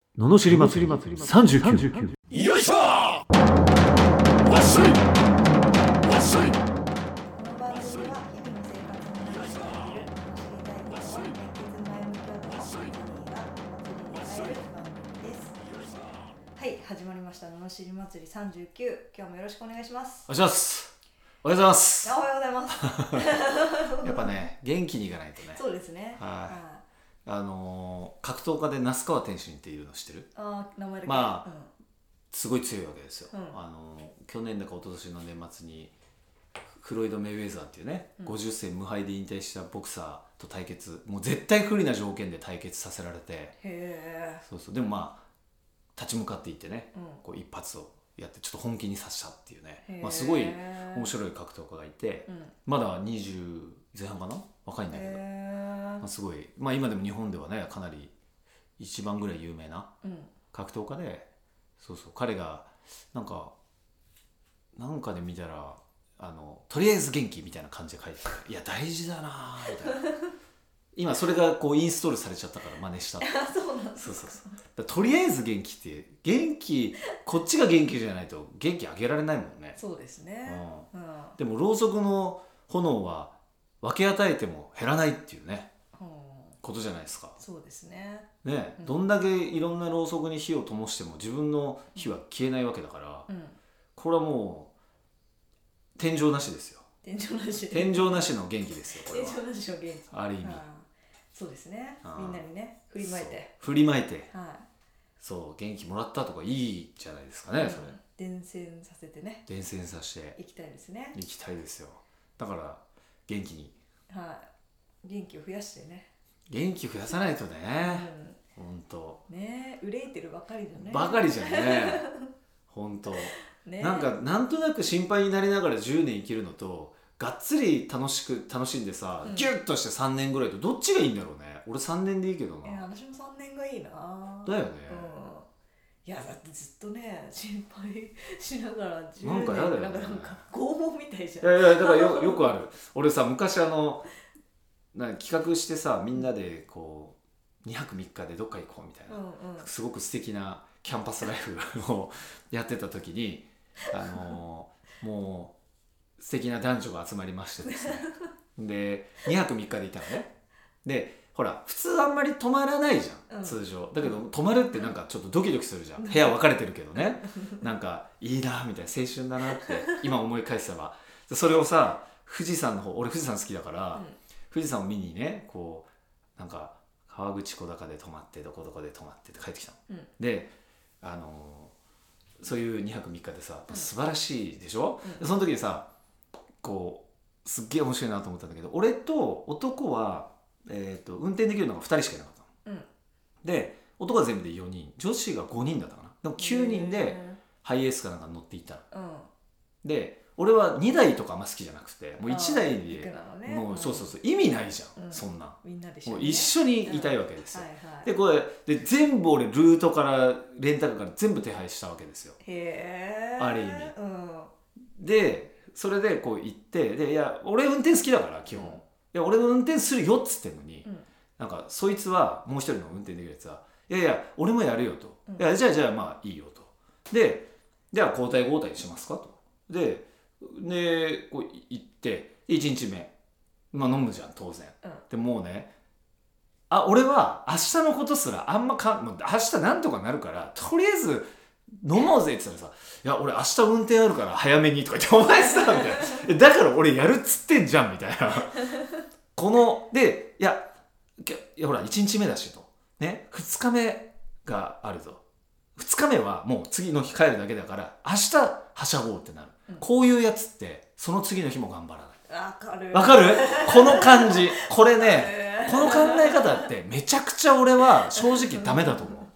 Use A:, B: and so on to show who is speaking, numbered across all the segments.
A: よいしょわっしょいわっしょい
B: ののしり祭り39
C: この番組は日々の生活の中で知る知りたいことを熱血前向き男のジョニーがお祭りに変える番組ですはい始まりました「ののしり祭り39」今日もよろしくお願いします
B: お願いしますおはようございます
C: おはようございます
B: やっぱね元気にいかないとね
C: そうですね
B: はい
C: あ
B: あのー格闘家で那須川天心っていうの知ってる
C: あー名前だけ
B: まあ
C: うん
B: すごい強いわけですよ、
C: うん
B: あのー去年だか一昨年の年末にフロイド・メイウェザーっていうね、
C: うん
B: 50戦無敗で引退したボクサーと対決もう絶対不利な条件で対決させられて
C: へえ
B: そうそうでもまあ立ち向かっていってね
C: うん
B: こう一発をやってちょっと本気に刺したっていう
C: へ
B: ね
C: え、
B: まあ、すごい面白い格闘家がいて、
C: うん
B: まだ20前半かな若いんだけど、
C: へ
B: まあ、すごい、まあ、今でも日本ではねかなり一番ぐらい有名な
C: えうん
B: 格闘家でそうそう彼がなんかなんかで見たらあのとりあえず元気みたいな感じで書いてたいや大事だなぁみたいな今それがこうインストールされちゃったから真似したって
C: あそうなんだ
B: そうそうそうだからとりあえず元気って元気こっちが元気じゃないと元気あげられないもんね、
C: そうです
B: う
C: ね
B: ん、
C: うん
B: でもろうそくの炎は分け与えても減らないっていうね
C: うん
B: ことじゃないですか
C: そうですね
B: ね、
C: うん
B: どんだけいろんなろうそくに火を灯しても自分の火は消えないわけだから
C: うん
B: これはもう天井なしですよ
C: 天井なし
B: 天井なしの元気ですよこ
C: 天
B: れ
C: 井
B: は
C: なしの元気
B: ある意味
C: あーそうですね
B: あー
C: みんなにね振りまいて
B: そう振りまいて
C: は
B: そう元気もらったとかいいじゃないですか
C: い、
B: ね、
C: うん
B: それ
C: 伝染させてね
B: 伝染させて
C: いきたいですね
B: いきたいですよだから元気に
C: はい元気を増やしてね、
B: 元気増やさないと
C: う
B: ね
C: ん、
B: ほんと
C: ねえ憂いてるばかりだね
B: バカりじゃん ねほんと
C: ね
B: なんかなんとなく心配になりながら10年生きるのとがっつり楽しく楽しんでさ、
C: うん
B: ギュッとして3年ぐらいとどっちがいいんだろうね俺3年でいいけど
C: いや
B: な
C: 私も3年がいいな
B: だよね、
C: うんいやだってずっとね心配しながら10
B: なんかやだよね
C: なんかなんか拷問みたいじゃん
B: いやいやだからよよくある俺さ昔あのなんか企画してさみんなでこう2泊3日でどっか行こうみたいな
C: う、んうん
B: すごく素敵なキャンパスライフをやってた時にあのもう素敵な男女が集まりましてですねで2泊3日でいたのねでほら普通あんまり泊まらないじゃん、
C: うん
B: 通常だけど泊まるってなんかちょっとドキドキするじゃん
C: うん
B: 部屋分かれてるけどねなんかいいなみたいな青春だなって今思い返したわでそれをさ富士山の方俺富士山好きだから、
C: うん
B: 富士山を見にねこうなんか川口小高で泊まってどこどこで泊まってって帰ってきたの。
C: うん
B: であのーそういう2泊3日でさ
C: うん
B: 素晴らしいでしょ、
C: うん
B: でその時にさこうすっげえ面白いなと思ったんだけど俺と男は、えー、と運転できるのが2人しかいなかったの。
C: うん
B: で男は全部で4人女子が5人だったかなでも9人でハイエースかなんか乗っていったの。
C: うん
B: で俺は2台とかあんま好きじゃなくてもう1台
C: 行く
B: で
C: なのね
B: もうそうそう
C: う
B: そう意味ないじゃん、
C: うん
B: そんなん。
C: んみんなで一緒
B: もう
C: にね
B: 一緒にいたいわけですよ
C: は。いはい
B: でこれで全部俺ルートからレンタカーから全部手配したわけですよ。
C: へえ
B: ある意味
C: うん
B: でそれでこう行ってでいや俺運転好きだから基本、
C: うん
B: いや俺の運転するよっつってんのに、
C: うん
B: なんかそいつはもう一人の運転できるやつはいやいや俺もやるよと、
C: う
B: い
C: ん
B: やじゃあじゃあまあいいよとでじゃあ交代交代しますかとででこうい行って1日目まあ飲むじゃん当然、
C: うん
B: でもうねあ俺は明日のことすらあんまかもう明日なんとかなるからとりあえず飲もうぜって言ったらさ「いや俺明日運転あるから早めに」とか言って「お 前さ」みたいなえ「だから俺やるっつってんじゃん」みたいな このでいやけいやほら1日目だしとね2日目があると2日目はもう次の日帰るだけだから明日はしゃごうってなる、
C: うん
B: こういうやつってその次の日も頑張らない
C: わかる
B: わかるこの感じこれね
C: へー
B: この考え方ってめちゃくちゃ俺は正直ダメだと思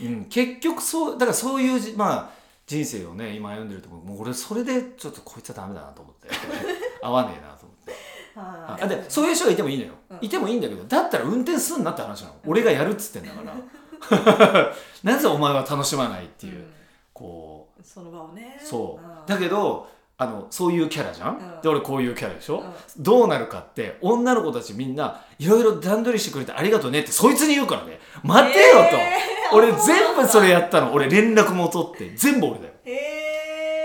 B: う、うん、結局そうだからそういうじまあ人生をね今歩んでるとこもう俺それでちょっとこいつはダメだなと思って 合わねえなと思って
C: は
B: あ
C: い
B: でそういう人がいてもいいのよ、
C: うん
B: いてもいいんだけどだったら運転すんなって話なの俺がやるっつってんだからなぜお前は楽しまないっていう、
C: ん
B: こ
C: その場をね
B: うそううんだけどあのそういうキャラじゃん、
C: うん
B: で俺こういうキャラでしょ、
C: う
B: どうなるかって女の子たちみんないろいろ段取りしてくれてありがとうねってそいつに言うからね待てよと、
C: えー
B: 俺全部それやったの俺連絡も取って全部俺だよ
C: へ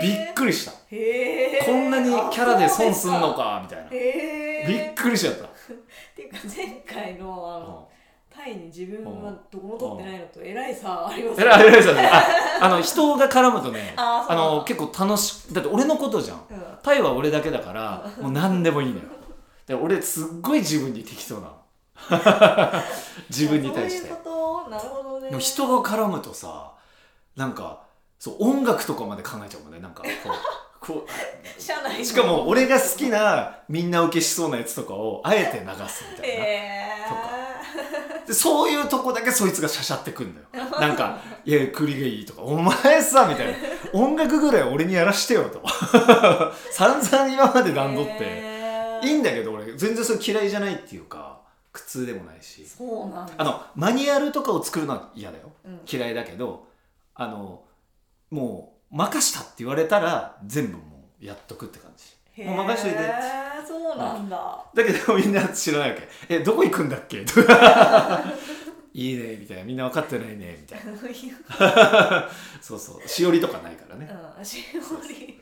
C: え
B: びっくりした、
C: りへえ
B: こんなにキャラで損すんのかみたいな、
C: へえ
B: びっくりしちゃった、
C: っていうか前回のあ
B: うん
C: のタイに自分はどこも取ってないのとえらい差あります
B: えらいあれですよね。あ、あの人が絡むとね、
C: あ
B: あ
C: ーそう
B: の結構楽しだって俺のことじゃん。
C: うん
B: タイは俺だけだから、もう何でもいいのよ。で俺すっごい自分に適当なの。 自分に対し
C: そう
B: て
C: い。うことなるほどね
B: でも人が絡むとさ、なんかそう音楽とかまで考えちゃうもんね。なんかこう こ
C: 社内
B: う
C: の
B: しかも俺が好きなみんな受けしそうなやつとかをあえて流すみたいな。
C: え
B: とでそういうとこだけそいつがしゃしゃってくんだ よなんか「いや栗がいい」とか「お前さ」みたいな「音楽ぐらい俺にやらしてよ」と 散々今まで段取って、
C: え
B: いいんだけど俺全然それ嫌いじゃないっていうか苦痛でもないし
C: そうなんだ
B: あのマニュアルとかを作るのは嫌だよ
C: うん
B: 嫌いだけどあのもう任したって言われたら全部もうやっとくって感じもう任しといて
C: へーそうなんだ
B: だけどみんな知らないわけ「えどこ行くんだっ け?」とか「いいね」みたいな「みんな分かってないね」みたいな
C: そういう
B: そうそうしおりとかないからね
C: うんしおり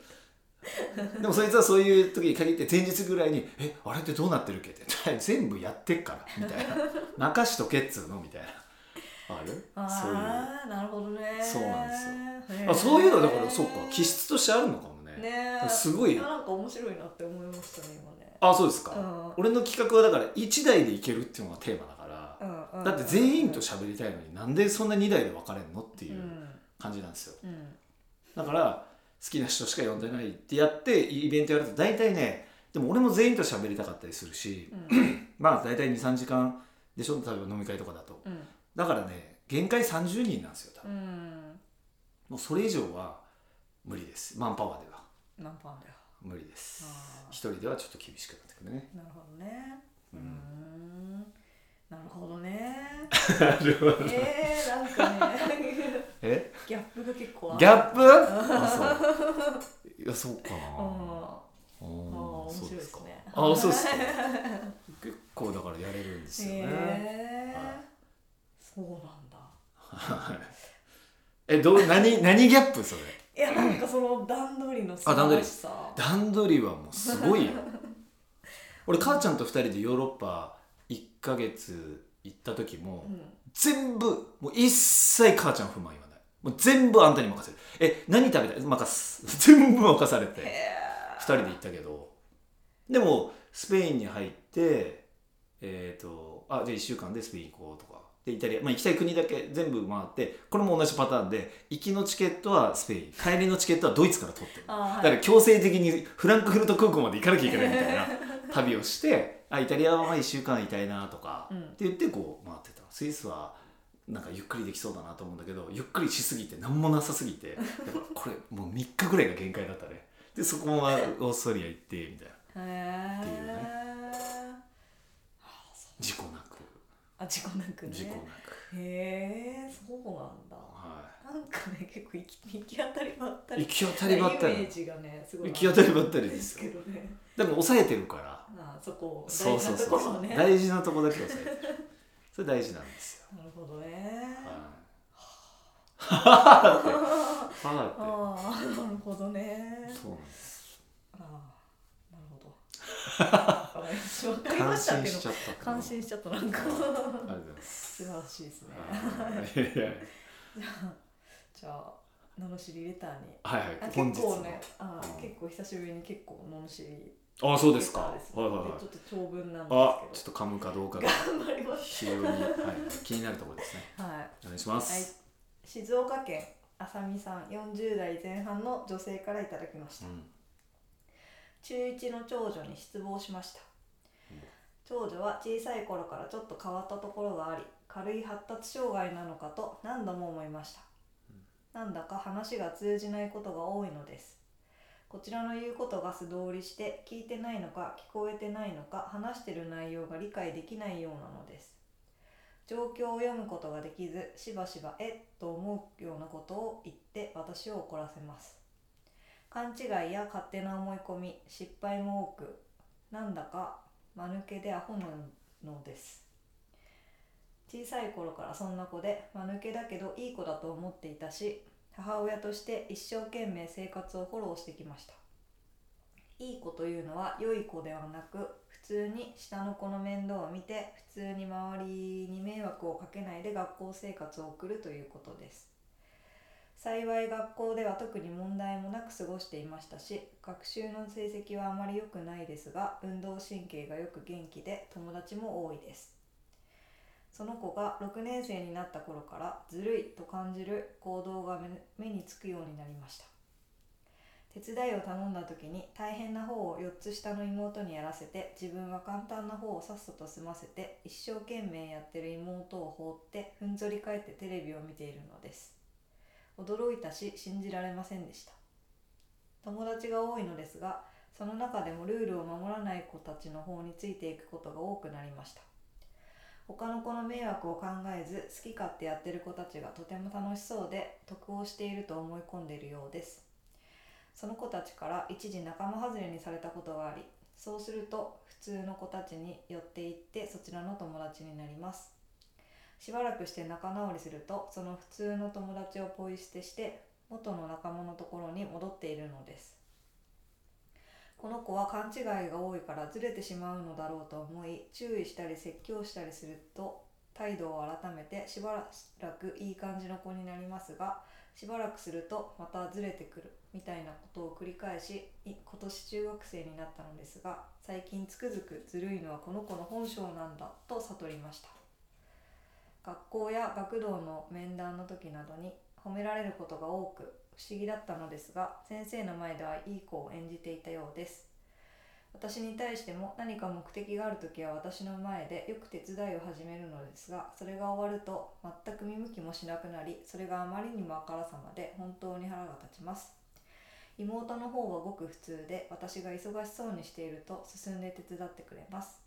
B: でもそいつはそういう時に限って前日ぐらいに「えあれってどうなってるっけ?」って 「全部やってっから」みたい な「任しとけっつうの」みたいなあるそういう
C: ああなるほどね
B: そうなん
C: です
B: あそういうのだからそうか気質としてあるのかもね
C: ね
B: すごい
C: やなんか面白いなって思いましたね今ね
B: あそうですか、
C: うん
B: 俺の企画はだから1台でいけるっていうのがテーマだから、
C: うんうん
B: だって全員と喋りたいのになんでそんな2台で分かれんのって
C: う
B: いううん感じなんですよ
C: うん
B: だから好きな人しか呼んでないってやってイベントやると大体ねでも俺も全員と喋りたかったりするし
C: うん
B: まあ大体23時間でしょ例えば飲み会とかだと
C: うん
B: だからね限界30人なんですよ多
C: う
B: 分
C: ん
B: もうそれ以上は無理ですマンパワーでは
C: 何パンだよ
B: 無理です
C: あー
B: 一人ではちょっと厳しくなってくるね
C: なるほどねう
B: う
C: ー
B: ん
C: んなるほどね
B: なるほど
C: えー、なんかね
B: え
C: ギャップが結構ある
B: ギャップあそう いやそうかな
C: うんあ
B: あー
C: ー面
B: そ
C: 白
B: う
C: い
B: で
C: ですす
B: か
C: ね
B: あそうですか 結構だからやれるんですよね、
C: へえ
B: はい
C: そうなんだ
B: はい えどう何何ギャップそれ
C: いやなんかその段取りの素晴らしさ
B: 段取りはもうすご いよ俺母ちゃんと2人でヨーロッパ1ヶ月行った時も、全部もう一切母ちゃん不満言わないもう全部あんたに任せるえ何食べたい任す 全部任され
C: うん、へ
B: て
C: え
B: 2人で行ったけどでもスペインに入ってえっ、とあじゃあ1週間でスペイン行こうとかでイタリア、まあ、行きたい国だけ全部回ってこれも同じパターンで行きのチケットはスペイン帰りのチケットはドイツから取ってる
C: あ
B: だ
C: ー
B: か
C: はい
B: ら強制的にフランクフルト空港まで行かなきゃいけないみたいな旅をしてあイタリアはまあ1週間いたいなとか、
C: うん
B: って言ってこう回ってたのスイスはなんかゆっくりできそうだなと思うんだけどゆっくりしすぎて何もなさすぎてだからこれもう3日ぐらいが限界だったねでそこはオーストリア行ってみたいな
C: へ
B: っていうね
C: え
B: 事故なく
C: あ事故なくね
B: 事故なく、
C: へえそうなんだ
B: は
C: なんかね結構行き行き当たりばった
B: い、
C: り
B: 行き当たりばった
C: イメ
B: り
C: ージがねすごい
B: 行き当たりばったりで
C: ですすけ
B: よ
C: どね
B: でも抑えてるから
C: まあそこ
B: そ
C: 大
B: う
C: 事
B: そう
C: なと
B: そ
C: こ
B: う
C: ろ
B: そ
C: を
B: う
C: ね
B: 大事なとこだけ抑えてるそれ大事なんですよ
C: なるほどね、
B: はいパワーって
C: ああなるほどね
B: そうなんです。
C: ああなるほ どわかりましたわかりま
B: 感
C: した
B: 心
C: け
B: しち
C: ど
B: ゃった。
C: 感心しちゃったなんか
B: ありがとうございます。
C: 素晴らしいですね
B: はいいやいや
C: じゃあ罵りレターに
B: はい
C: あ
B: はい。本
C: 結
B: 日の
C: 構ねあ
B: うん
C: 結構久しぶりに結構罵り
B: あ、そうですか。
C: レタ
B: は
C: ー
B: いはいはい
C: でちょっと長文な
B: あ、
C: んで
B: ちょ
C: す
B: っと噛むかどうか
C: け
B: が
C: ど頑張ります
B: 非常にはい気になるところですね。
C: はい
B: お願いしま
C: はい
B: す。、
C: 静岡県あさみさん40代前半の女性からいただきました、中1の長女に失望しました、
B: うん
C: 長女は小さい頃からちょっと変わったところがあり軽い発達障害なのかと何度も思いました、なんだか話が通じないことが多いのですこちらの言うことが素通りして聞いてないのか聞こえてないのか話してる内容が理解できないようなのです状況を読むことができずしばしばえっと思うようなことを言って私を怒らせます勘違いや勝手な思い込み失敗も多くなんだか間抜けでアホなのです小さい頃からそんな子で間抜けだけどいい子だと思っていたし母親として一生懸命生活をフォローしてきましたいい子というのは良い子ではなく普通に下の子の面倒を見て普通に周りに迷惑をかけないで学校生活を送るということです幸い学校では特に問題もなく過ごしていましたし学習の成績はあまり良くないですが運動神経がよく元気で友達も多いですその子が6年生になった頃からずるいと感じる行動が目目につくようになりました手伝いを頼んだ時に大変な方を4つ下の妹にやらせて自分は簡単な方をさっさと済ませて一生懸命やってる妹を放ってふんぞり返ってテレビを見ているのです驚いたし信じられませんでした友達が多いのですがその中でもルールを守らない子たちの方についていくことが多くなりました他の子の迷惑を考えず好き勝手やってる子たちがとても楽しそうで得をしていると思い込んでいるようですその子たちから一時仲間外れにされたことがありそうすると普通の子たちに寄っていってそちらの友達になりますしばらくして仲直りするとその普通の友達をポイ捨てして元の仲間のところに戻っているのですこの子は勘違いが多いからずれてしまうのだろうと思い注意したり説教したりすると態度を改めてしばらくいい感じの子になりますがしばらくするとまたずれてくるみたいなことを繰り返しい今年中学生になったのですが最近つくづくずるいのはこの子の本性なんだと悟りました学校や学童の面談の時などに褒められることが多く不思議だったのですが先生の前ではいい子を演じていたようです私に対しても何か目的がある時は私の前でよく手伝いを始めるのですがそれが終わると全く見向きもしなくなりそれがあまりにもあからさまで本当に腹が立ちます妹の方はごく普通で私が忙しそうにしていると進んで手伝ってくれます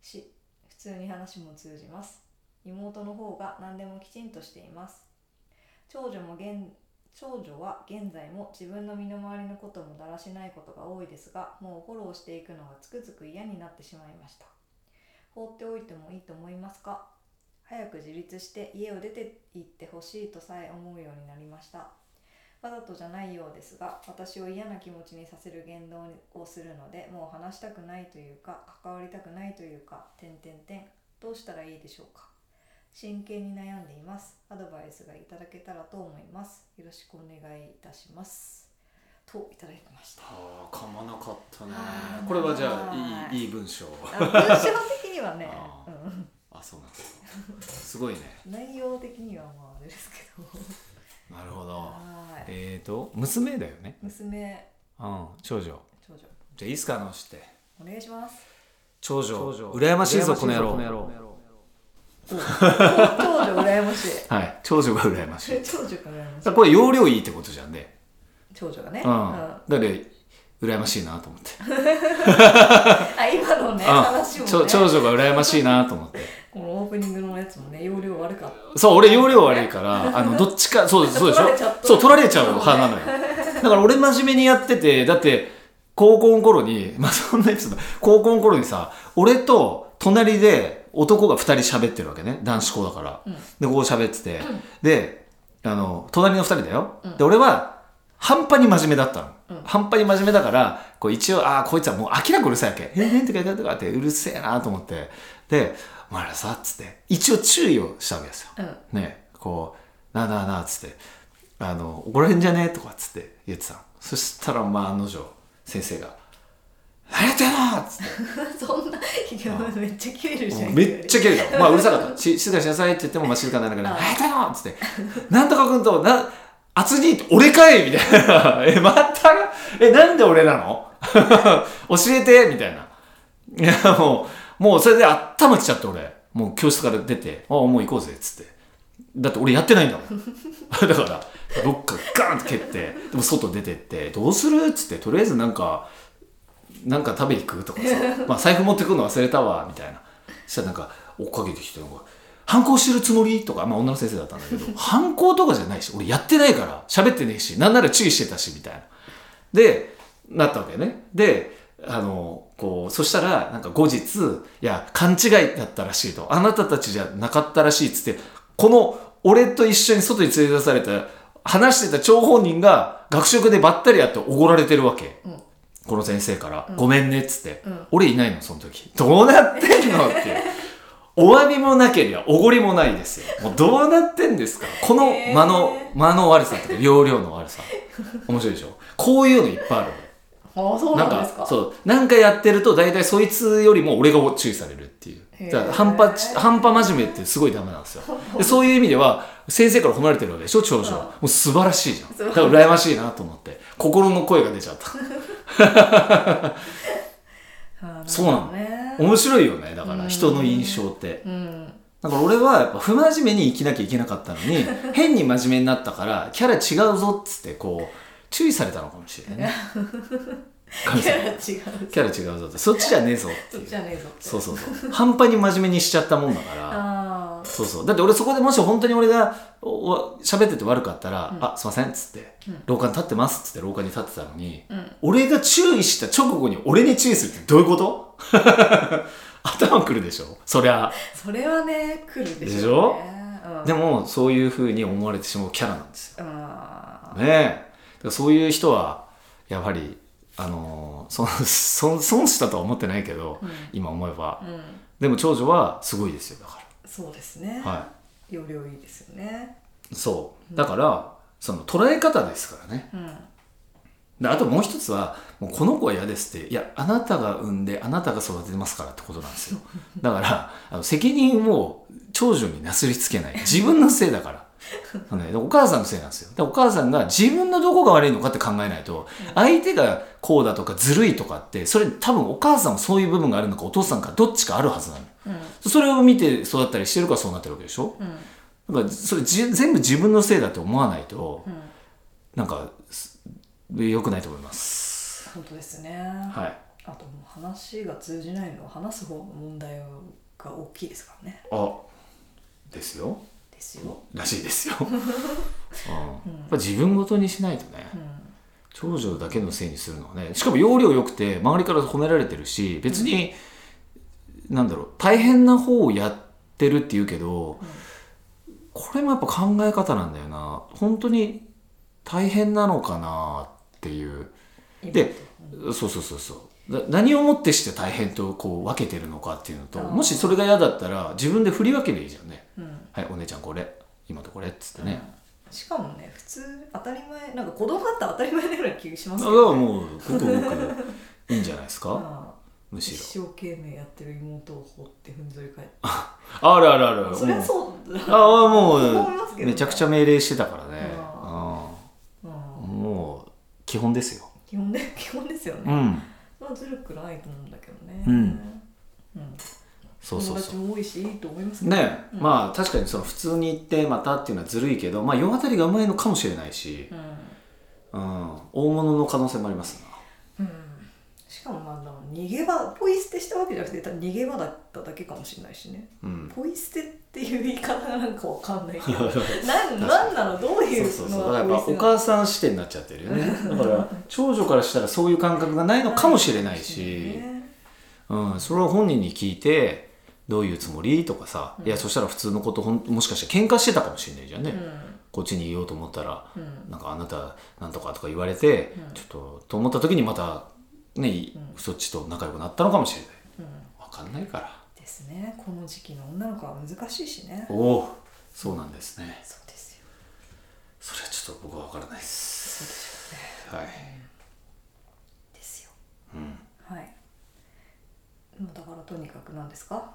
C: し普通に話も通じます妹の方が何でもきちんとしています長女も現長女は現在も自分の身の回りのこともだらしないことが多いですがもうフォローしていくのがつくづく嫌になってしまいました放っておいてもいいと思いますか早く自立して家を出て行ってほしいとさえ思うようになりましたわざとじゃないようですが私を嫌な気持ちにさせる言動をするのでもう話したくないというか関わりたくないというか点点点どうしたらいいでしょうか真剣に悩んでいますアドバイスがいただけたらと思いますよろしくお願いいたしますといただきました
B: ああ噛まなかったね
C: はい
B: これはじゃ
C: は
B: あ
C: い
B: いいいい文章
C: あ文章的にはね
B: あ、ー
C: うん
B: あそうなんですかすごいね
C: 内容的にはまああれですけど
B: なるほど
C: はい
B: えーと娘だよね
C: 娘
B: うん長女
C: 長女
B: じゃあいいっすかあのして
C: お願いします
B: 長女羨ましいぞこの野郎
C: 長女羨ましい
B: はい長女が羨ましい
C: 長女が羨ましい
B: さこれ容量いいってことじゃんね
C: 長女がね、
B: うん
C: あ
B: だって羨ましいなと思って
C: 今のね話
B: うん
C: もね
B: ちょ 長女が羨ましいなと思って
C: このオープニングのやつもね容量悪かった
B: そう俺容量悪いからあのどっちか そうそうでしょ
C: 取られちゃった
B: そう取られちゃう派なのよ だから俺真面目にやっててだって高校の頃に まあそんなやつだ高校の頃にさ俺と隣で男が2人喋ってるわけね男子校だから、
C: うん
B: でこう喋ってて、であの隣の2人だよ、
C: うん
B: で俺は半端に真面目だったの、
C: うん
B: 半端に真面目だからこう一応ああこいつはもう明らかうるさいわけ「えー、とか言とかってうるせえなと思ってで「お前らさ」っつって一応注意をしたわけですよ
C: うん
B: ねこう「なあなあなあ」っつって「あの怒られんじゃねえ」とかっつって言ってたのそしたらまあ案の定先生が「何やってんの!」っつって
C: そんな、いやめっちゃキレるじゃん。
B: めっちゃ
C: ゃ。
B: 蹴るから、まあうるさかった。し静かにしなさいって言っても、まあ静かになるから、
C: ああ
B: 早くだよっつって、なんとか君と、な、厚に、俺かいみたいな。 え、また、え、なんで俺なの 教えてみたいな。いや、もう、もうそれで頭きちゃって俺、もう教室から出て、ああ、もう行こうぜっつって。だって俺やってないんだもん。 だから、どっかガーンって蹴って、でも外出てって、どうするっつって、とりあえずなんか、なんか 食べに行くとかさ、まあ財布持ってくるの忘れたわ、みたいな。そしたらなんか、追っかけてきて、なんか、反抗してるつもりとか、まあ、女の先生だったんだけど反抗とかじゃないし俺やってないから喋ってねえしなんなら注意してたしみたいなでなったわけねであのこうそしたらなんか後日いや勘違いだったらしいとあなたたちじゃなかったらしいっつってこの俺と一緒に外に連れ出された話してた張本人が学食でばったり会っておごられてるわけ、
C: うん
B: この先生から「
C: うん
B: ごめんね」っつって、
C: うん
B: 俺いないのその時どうなってんのっていうお詫びもなければおごりもないですよもうどうなってんですかこの
C: へー
B: 間の、間の悪さとか容量の悪さ面白いでしょこういうのいっぱいある
C: ああそう
B: なん
C: なん
B: か
C: ですか
B: そうなんかやってると大体そいつよりも俺が注意されるっていう
C: へー
B: だから半端ち半端真面目ってすごいダメなんですよでそういう意味では先生から褒められてるわけでしょ長女は
C: うん
B: もう素晴らしいじゃん
C: そう
B: だから羨ましいなと思って心の声が出ちゃった
C: あー
B: そうなの
C: るほどね
B: 面白いよねだか
C: う
B: ら
C: ん
B: 人の印象って
C: うん
B: だから俺はやっぱ不真面目に生きなきゃいけなかったの に変に真面目になったからキャラ違うぞっつってこう注意されたのかもしれないね神
C: キ
B: 様
C: ャラ違う
B: キャラ違うぞってそっちじゃねえぞって
C: そ
B: い
C: っ
B: う
C: ちじゃねえぞって
B: そうそうそう半端に真面目にしちゃったもんだから
C: あ
B: そうそうだって俺そこでもし本当に俺がおお喋ってて悪かったら「
C: うん
B: あすいません」っつって、
C: うん
B: 廊下に立ってます」っつって廊下に立ってたのに
C: あうん
B: 俺が注意した直後に俺に注意するってどういうこと 頭くるでしょそりゃ
C: それはね来るでしょ
B: でしょ
C: うん、
B: でもそういうふうに思われてしまうキャラなんですよ
C: あ
B: ねえだからそういう人はやはりあのー、そそ損したとは思ってないけど、
C: うん
B: 今思えば
C: ーうん
B: でも長女はすごいですよだか
C: そうですね、
B: らはい
C: 容量いいですよね
B: そうだからその捉え方ですからね
C: うん
B: であともう一つはもうこの子は嫌ですっていやあなたが産んであなたが育ててますからってことなんです よだからあの責任を長女になすりつけない自分のせいだからあのねお母さんのせいなんですよでお母さんが自分のどこが悪いのかって考えないと相手がこうだとかずるいとかってそれ多分お母さんもそういう部分があるのかお父さんかどっちかあるはずなの
C: うん
B: それを見て育ったりしてるからそうなってるわけでしょ
C: うん
B: だからそれじ全部自分のせいだって思わないと
C: うん
B: なんかす良くないと思います。
C: 本当ですね、
B: はい。
C: あともう話が通じないのは話す方の問題が大きいですからね
B: あ、ですよ。
C: ですよ、
B: らしいですよ。うん、やっぱ自分ごとにしないとね。
C: うん、
B: 長女だけのせいにするのはね。しかも容量良くて周りから褒められてるし、別に、なんだろう大変な方をやってるって言うけど、これもやっぱ考え方なんだよな。本当に大変なのかなっていう。で、そうそうそうそうな何をもってして大変とこう分けてるのかっていうのと
C: あー
B: もしそれが嫌だったら自分で振り分けりゃいいじゃんね
C: うん、
B: はいお姉ちゃんこれ今とこれっつってね、
C: しかもね普通当たり前なんか子供だったら当たり前なぐらい気がします
B: だ
C: け
B: か
C: ど
B: らもうごくごくいいんじゃないですか
C: まあ
B: む
C: 一
B: し
C: 生懸命やってる妹を放ってふんぞり返って
B: ろあるあるある
C: それはそうだ
B: うんああも
C: 思いますけ
B: う
C: どね
B: めちゃくちゃ命令してたからね
C: あ
B: うん
C: うん
B: もう基本ですよ
C: 基本で 基本ですよ
B: う
C: ね、
B: ん
C: まあずるくないと思うんだけどね、
B: うん
C: うん
B: そうそうそ
C: 友
B: う
C: 達も多いしいいと思いますけど
B: ね
C: うん
B: まあ確かにその普通に行ってまたっていうのはずるいけどまあ世渡りがうまいのかもしれないし、うん、大物の可能性もあります
C: うん、うん、しかもまあでも逃げ場ポイ捨てしたわけじゃなくてただ逃げ場だっただけかもしれないしね
B: な。うん。
C: ポイ捨てっていう言い方がなんかわかんな いけど
B: そう
C: なんなんなのどういう
B: そう
C: の
B: そう。だからやっぱ
C: ポ
B: お
C: イ捨てな
B: 母
C: の
B: さん視点になっちゃってるよね。だから長女からしたらそういう感覚がないのかもしれないし、
C: ね
B: うん、それは本人に聞いてどういうつもりとかさ、
C: うん
B: いやそしたら普通のことほんもしかして喧嘩してたかもしれないじゃんね。
C: う
B: こっちに言おうと思ったら
C: んうん
B: なんかあなたなんとかとか言われて、
C: うん
B: ちょっとと思った時にまたね、い
C: うん
B: そっちと仲良くなったのかもしれない。
C: うん
B: わかんないから。
C: ですねこの時期の女の子は難しいしね
B: おお、そうなんですね。
C: そうですよ
B: それはちょっと僕はわからないです。
C: そうですよ
B: はい。
C: ですよ
B: うん。
C: はいもうだからとにかく何ですか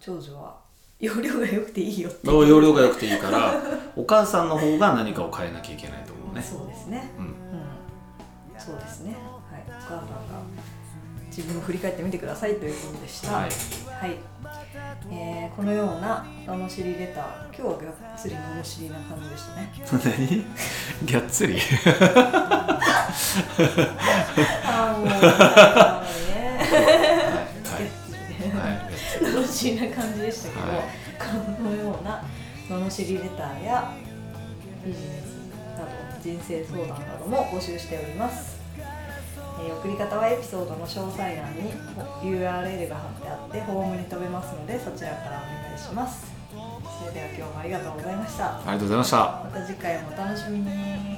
C: 長女は容量が良くていいよっていう
B: 容量が良くていいからお母さんの方が何かを変えなきゃいけないと思うね
C: そうですね
B: うん
C: うんそうですねはいお母さんが自分を振り返ってみてくださいということでした
B: はい
C: はいえーこのようなのしりレター今日はがっつりのしりな感じでし たね
B: 何 ぎゃっつり
C: あ あもうなんかね
B: はいはいはい
C: 楽しいな感じでしたけど、
B: はい
C: このような罵りレターやビジネスなど人生相談なども募集しております、えー送り方はエピソードの詳細欄に URL が貼ってあってホームに飛べますのでそちらからお願いしますそれでは今日もありがとうございました
B: ありがとうございました
C: また次回もお楽しみに